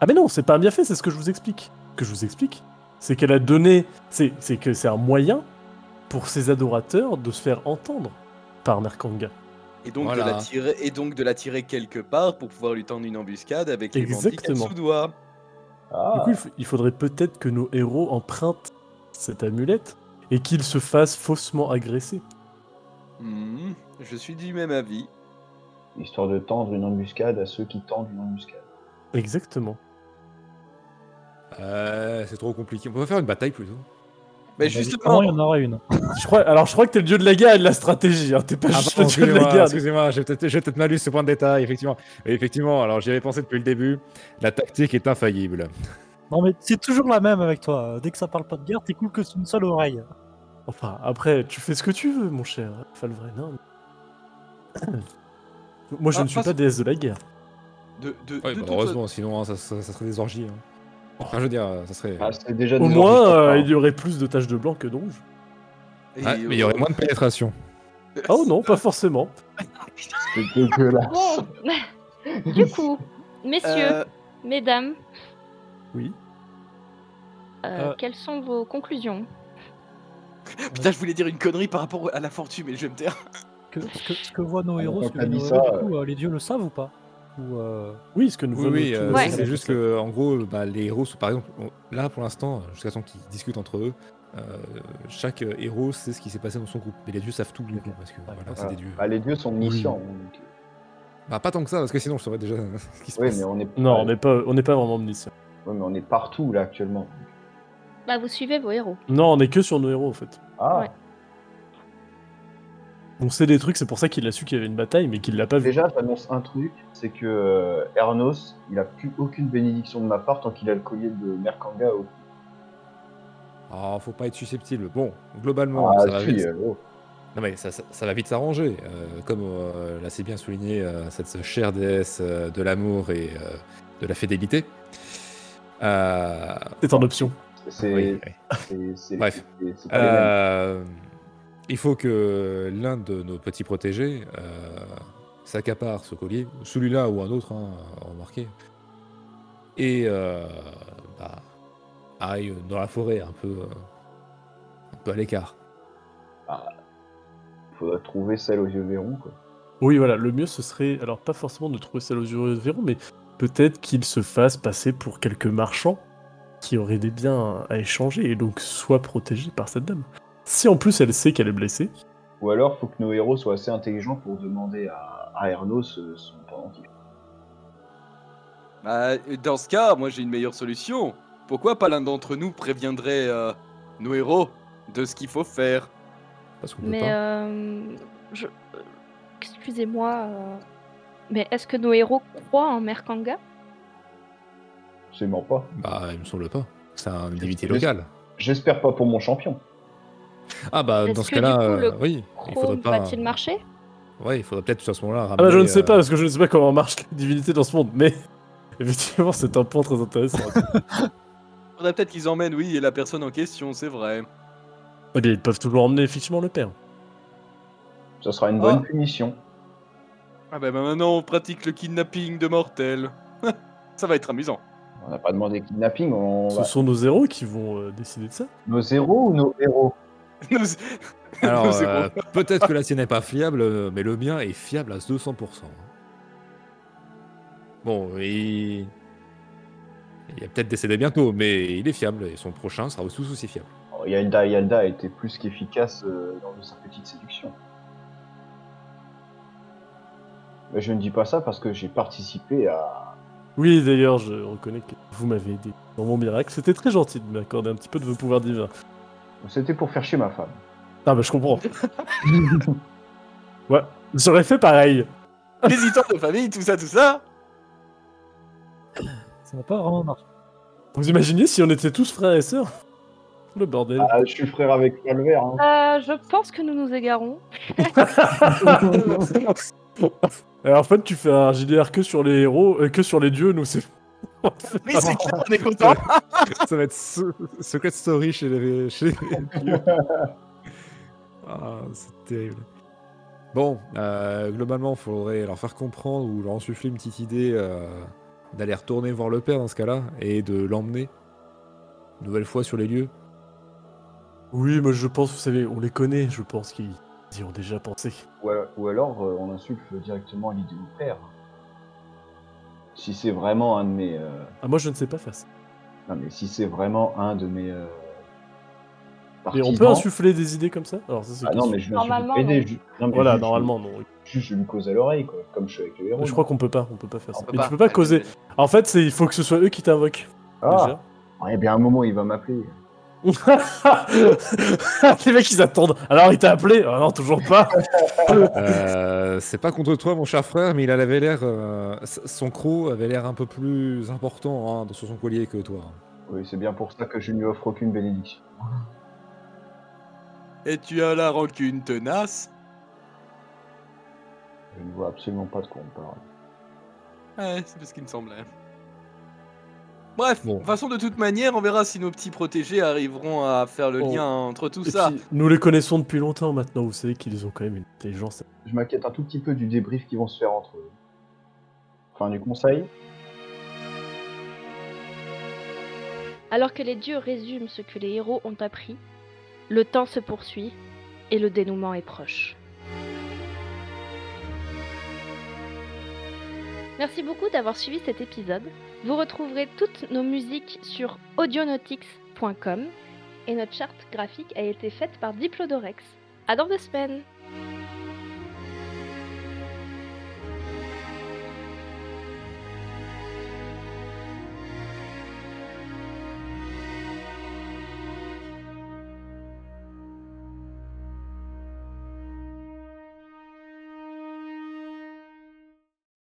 [SPEAKER 2] Ah mais non, c'est pas un bienfait, c'est ce que je vous explique. Ce que je vous explique, c'est qu'elle a donné, c'est c'est que c'est un moyen pour ses adorateurs de se faire entendre par Merkanga.
[SPEAKER 5] Et donc, de
[SPEAKER 7] Voilà.
[SPEAKER 5] la tirer, et donc de la tirer quelque part pour pouvoir lui tendre une embuscade avec les bandits qu'elle
[SPEAKER 2] Exactement.
[SPEAKER 5] sous-doit.
[SPEAKER 2] Du
[SPEAKER 3] Ah,
[SPEAKER 2] coup, il f- il faudrait peut-être que nos héros empruntent cette amulette et qu'ils se fassent faussement agresser.
[SPEAKER 5] Hmm, je suis du même avis.
[SPEAKER 7] Ah,
[SPEAKER 3] histoire de tendre une embuscade à ceux qui tendent une embuscade.
[SPEAKER 2] Exactement.
[SPEAKER 7] Euh, c'est trop compliqué. On peut faire une bataille plutôt. bah,
[SPEAKER 5] Mais Bah,
[SPEAKER 6] Évidemment,
[SPEAKER 5] justement,
[SPEAKER 6] il y en aurait une.
[SPEAKER 2] Je crois, alors, je crois que t'es le dieu de la guerre et de la stratégie. Hein. T'es pas
[SPEAKER 7] Ah,
[SPEAKER 2] juste le
[SPEAKER 7] pardon,
[SPEAKER 2] dieu de la
[SPEAKER 7] excusez-moi,
[SPEAKER 2] guerre.
[SPEAKER 7] excusez-moi, j'ai peut-être j'ai peut-être mal lu ce point de détail, effectivement. Mais effectivement, alors j'y avais pensé depuis le début, la tactique est infaillible.
[SPEAKER 6] Non, mais c'est toujours la même avec toi. Dès que ça parle pas de guerre, t'es cool que sur une seule oreille.
[SPEAKER 2] Enfin, après, tu fais ce que tu veux, mon cher. Falvren. hein. Moi, je
[SPEAKER 5] Ah,
[SPEAKER 2] ne suis
[SPEAKER 5] parce-
[SPEAKER 2] pas déesse de la guerre.
[SPEAKER 5] de, de, de
[SPEAKER 7] Ouais, bah,
[SPEAKER 5] toute-
[SPEAKER 7] heureusement, sinon hein, ça, ça- ça serait des orgies. hein. Enfin, je veux dire, euh, ça serait.
[SPEAKER 3] Ah, c'est déjà
[SPEAKER 2] Au
[SPEAKER 3] des
[SPEAKER 2] moins,
[SPEAKER 3] embuscades,
[SPEAKER 2] euh,
[SPEAKER 3] hein.
[SPEAKER 2] il y aurait plus de taches de blanc que de rouge.
[SPEAKER 5] Et,
[SPEAKER 7] Ah, mais il y aurait
[SPEAKER 5] euh,
[SPEAKER 7] moins de pénétration.
[SPEAKER 2] Ah oh non, pas forcément.
[SPEAKER 3] C'est dégueulasse.
[SPEAKER 4] Bon, du coup, messieurs,
[SPEAKER 5] euh,
[SPEAKER 4] mesdames,
[SPEAKER 2] Oui.
[SPEAKER 4] euh,
[SPEAKER 6] Euh.
[SPEAKER 4] quelles sont vos conclusions
[SPEAKER 5] Putain, je voulais dire une connerie par rapport à la fortune, mais je vais me taire.
[SPEAKER 6] Que, ce, que, ce que voient nos
[SPEAKER 3] Ah,
[SPEAKER 6] héros, ce
[SPEAKER 3] donc,
[SPEAKER 6] que
[SPEAKER 3] t'as
[SPEAKER 6] voient nos
[SPEAKER 3] dit
[SPEAKER 6] héros,
[SPEAKER 3] ça,
[SPEAKER 6] du coup, euh, les dieux le savent ou pas Ou, euh,
[SPEAKER 2] Oui, ce que nous
[SPEAKER 7] Oui,
[SPEAKER 2] voulons
[SPEAKER 7] oui,
[SPEAKER 2] tous-
[SPEAKER 7] euh,
[SPEAKER 4] Ouais.
[SPEAKER 7] c'est juste que, en gros, bah, les héros sont par exemple, on- là pour l'instant, jusqu'à temps qu'ils discutent entre eux, euh, chaque euh, héros sait ce qui s'est passé dans son groupe. Mais les dieux savent tout du coup, parce que voilà, c'est
[SPEAKER 3] Ah,
[SPEAKER 7] des dieux.
[SPEAKER 3] bah, les dieux sont omniscients. donc-
[SPEAKER 7] Bah, pas tant que ça, parce que sinon je saurais déjà ce qui se
[SPEAKER 3] Oui,
[SPEAKER 7] passe.
[SPEAKER 3] mais on est,
[SPEAKER 2] Non, on n'est pas, on n'est pas vraiment omniscient.
[SPEAKER 3] ouais, mais on est partout là actuellement.
[SPEAKER 4] Bah, vous suivez vos héros.
[SPEAKER 2] Non, on est que sur nos héros en fait.
[SPEAKER 3] Ah,
[SPEAKER 4] Ouais.
[SPEAKER 2] On sait des trucs, c'est pour ça qu'il a su qu'il y avait une bataille, mais qu'il l'a pas vu.
[SPEAKER 3] déjà, j'annonce un truc c'est que euh, Ernos, il a plus aucune bénédiction de ma part tant qu'il a le collier de Merkanga au
[SPEAKER 7] Ah, faut pas être susceptible. Bon, globalement, ça va
[SPEAKER 3] si,
[SPEAKER 7] vite.
[SPEAKER 3] euh, oh.
[SPEAKER 7] Non mais ça, ça- ça va vite s'arranger. Euh, comme euh, l'a si bien souligné euh, cette chère déesse euh, de l'amour et euh, de la fidélité. Euh,
[SPEAKER 2] C'est en option.
[SPEAKER 3] C'est
[SPEAKER 7] oui, oui.
[SPEAKER 3] c'est- c'est-
[SPEAKER 7] Bref.
[SPEAKER 3] c'est- c'est pas les mêmes.
[SPEAKER 7] Euh, il faut que l'un de nos petits protégés euh, s'accapare ce collier, celui-là ou un autre, hein, remarquez, et euh, bah, aille dans la forêt un peu, euh, un peu à l'écart.
[SPEAKER 3] Faudra trouver celle aux yeux verrons, quoi.
[SPEAKER 2] Oui, voilà, le mieux ce serait, alors pas forcément de trouver celle aux yeux de Véron, mais peut-être qu'il se fasse passer pour quelques marchands qui auraient des biens à échanger et donc soit protégés par cette dame. Si en plus elle sait qu'elle est blessée,
[SPEAKER 3] Ou alors, faut que nos héros soient assez intelligents pour demander à, à Erno ce- son pendentif.
[SPEAKER 5] Bah, dans ce cas, moi j'ai une meilleure solution. Pourquoi pas l'un d'entre nous préviendrait euh, nos héros de ce qu'il faut faire
[SPEAKER 7] Parce qu'on peut
[SPEAKER 4] Mais
[SPEAKER 7] pas.
[SPEAKER 4] euh, je... euh, excusez-moi, euh, mais est-ce que nos héros croient en Merkanga
[SPEAKER 3] Absolument pas.
[SPEAKER 7] Bah, il me semble pas. C'est un activité
[SPEAKER 3] Est-ce-
[SPEAKER 7] locale.
[SPEAKER 3] J'espère pas pour mon champion.
[SPEAKER 7] Ah bah
[SPEAKER 4] Est-ce
[SPEAKER 7] dans ce
[SPEAKER 4] que du
[SPEAKER 7] cas-là,
[SPEAKER 4] coup,
[SPEAKER 7] euh,
[SPEAKER 4] le
[SPEAKER 7] oui, il
[SPEAKER 4] Chrome
[SPEAKER 7] faudrait pas. euh,
[SPEAKER 4] va-t-il marcher
[SPEAKER 7] Ouais, il faudrait peut-être à ce moment-là.
[SPEAKER 2] ah bah je
[SPEAKER 7] ramener,
[SPEAKER 2] ne sais
[SPEAKER 7] euh,
[SPEAKER 2] pas parce que je ne sais pas comment marche la divinité dans ce monde, mais effectivement c'est un point très intéressant.
[SPEAKER 5] Faudrait peut-être qu'ils emmènent, oui, et la personne en question, c'est vrai.
[SPEAKER 2] Ok, ils peuvent toujours emmener effectivement le père.
[SPEAKER 3] Ça sera une
[SPEAKER 5] Ah.
[SPEAKER 3] bonne punition.
[SPEAKER 5] Ah bah, bah, maintenant on pratique le kidnapping de mortels. Ça va être amusant.
[SPEAKER 3] On n'a pas demandé kidnapping, on
[SPEAKER 2] Ce
[SPEAKER 3] va-
[SPEAKER 2] sont nos héros qui vont euh, décider de ça.
[SPEAKER 3] Nos héros ou nos héros
[SPEAKER 5] Nous-
[SPEAKER 7] Alors,
[SPEAKER 5] nous irons-
[SPEAKER 7] euh, peut-être que la sienne n'est pas fiable, euh, mais le mien est fiable à 200%. hein. Bon, il... il a peut-être décédé bientôt, mais il est fiable et son prochain sera aussi, aussi fiable.
[SPEAKER 3] Oh, Yalda, Yalda a été plus qu'efficace euh, lors de sa petite séduction. Mais je ne dis pas ça parce que j'ai participé à...
[SPEAKER 2] Oui, d'ailleurs, je reconnais que vous m'avez aidé dans mon miracle. C'était très gentil de m'accorder un petit peu de vos pouvoirs divins.
[SPEAKER 3] C'était pour faire chier ma femme.
[SPEAKER 2] Ah bah je comprends. ouais, j'aurais fait pareil.
[SPEAKER 5] les histoires de famille, tout ça, tout ça.
[SPEAKER 6] Ça n'a pas vraiment marché.
[SPEAKER 2] Vous imaginez si on était tous frères et sœurs Le bordel.
[SPEAKER 3] Ah, je suis frère avec Calvaire. Hein.
[SPEAKER 4] Euh, Je pense que nous nous égarons.
[SPEAKER 2] Alors Euh, en fait, tu fais un JDR que sur les héros, euh, que sur les dieux, nous c'est...
[SPEAKER 5] Oui, c'est clair, on est content.
[SPEAKER 7] Ça va être se- Secret Story chez les. Chez les- ah, c'est terrible. Bon, euh, globalement, il faudrait leur faire comprendre ou leur insuffler une petite idée euh, d'aller retourner voir le père dans ce cas-là et de l'emmener une nouvelle fois sur les lieux.
[SPEAKER 2] Oui, mais je pense, vous savez, on les connaît, je pense qu'ils y ont déjà pensé.
[SPEAKER 3] Ou, al- ou alors, euh, on insulte directement l'idée au père. Si c'est vraiment un de mes... euh,
[SPEAKER 2] Ah moi je ne sais pas faire ça.
[SPEAKER 3] Non, mais si c'est vraiment un de mes... euh,
[SPEAKER 2] Mais on
[SPEAKER 3] partisans-
[SPEAKER 2] peut insuffler des idées comme ça Alors ça c'est...
[SPEAKER 3] Ah non, mais je vais
[SPEAKER 4] Normalement,
[SPEAKER 3] aider.
[SPEAKER 4] non.
[SPEAKER 3] Je... non, mais
[SPEAKER 2] Voilà,
[SPEAKER 3] juste, je-
[SPEAKER 2] normalement non.
[SPEAKER 3] Juste, je lui cause à l'oreille, quoi, comme je suis avec le héros.
[SPEAKER 2] Je crois qu'on peut pas, on peut pas faire
[SPEAKER 5] On
[SPEAKER 2] ça.
[SPEAKER 5] peut
[SPEAKER 2] Mais tu peux pas causer. En fait, c'est il faut que ce soit eux qui t'invoquent.
[SPEAKER 3] Ah,
[SPEAKER 2] déjà.
[SPEAKER 3] eh bien, à un moment, il va m'appeler.
[SPEAKER 2] les mecs ils attendent. Alors il t'a appelé Ah non, toujours pas.
[SPEAKER 7] Euh, c'est pas contre toi, mon cher frère, mais il avait l'air. euh, s- son croc avait l'air un peu plus important hein, sur son collier que toi.
[SPEAKER 3] Oui, c'est bien pour ça que je ne lui offre aucune bénédiction.
[SPEAKER 5] Et tu as la rancune tenace.
[SPEAKER 3] Je ne vois absolument pas de quoi on parle.
[SPEAKER 5] Ouais, c'est ce qui me semblait. Bref,
[SPEAKER 7] Bon.
[SPEAKER 5] de toute façon, de toute manière, on verra si nos petits protégés arriveront à faire le
[SPEAKER 2] Oh.
[SPEAKER 5] lien entre tout
[SPEAKER 2] Et
[SPEAKER 5] ça.
[SPEAKER 2] puis, nous les connaissons depuis longtemps maintenant, vous savez qu'ils ont quand même une intelligence.
[SPEAKER 3] Je m'inquiète un tout petit peu du débrief qu'ils vont se faire entre eux. Fin du conseil.
[SPEAKER 4] Alors que les dieux résument ce que les héros ont appris, le temps se poursuit et le dénouement est proche. Merci beaucoup d'avoir suivi cet épisode. Vous retrouverez toutes nos musiques sur audionautics.com et notre charte graphique a été faite par Diplodorex. À dans deux semaines!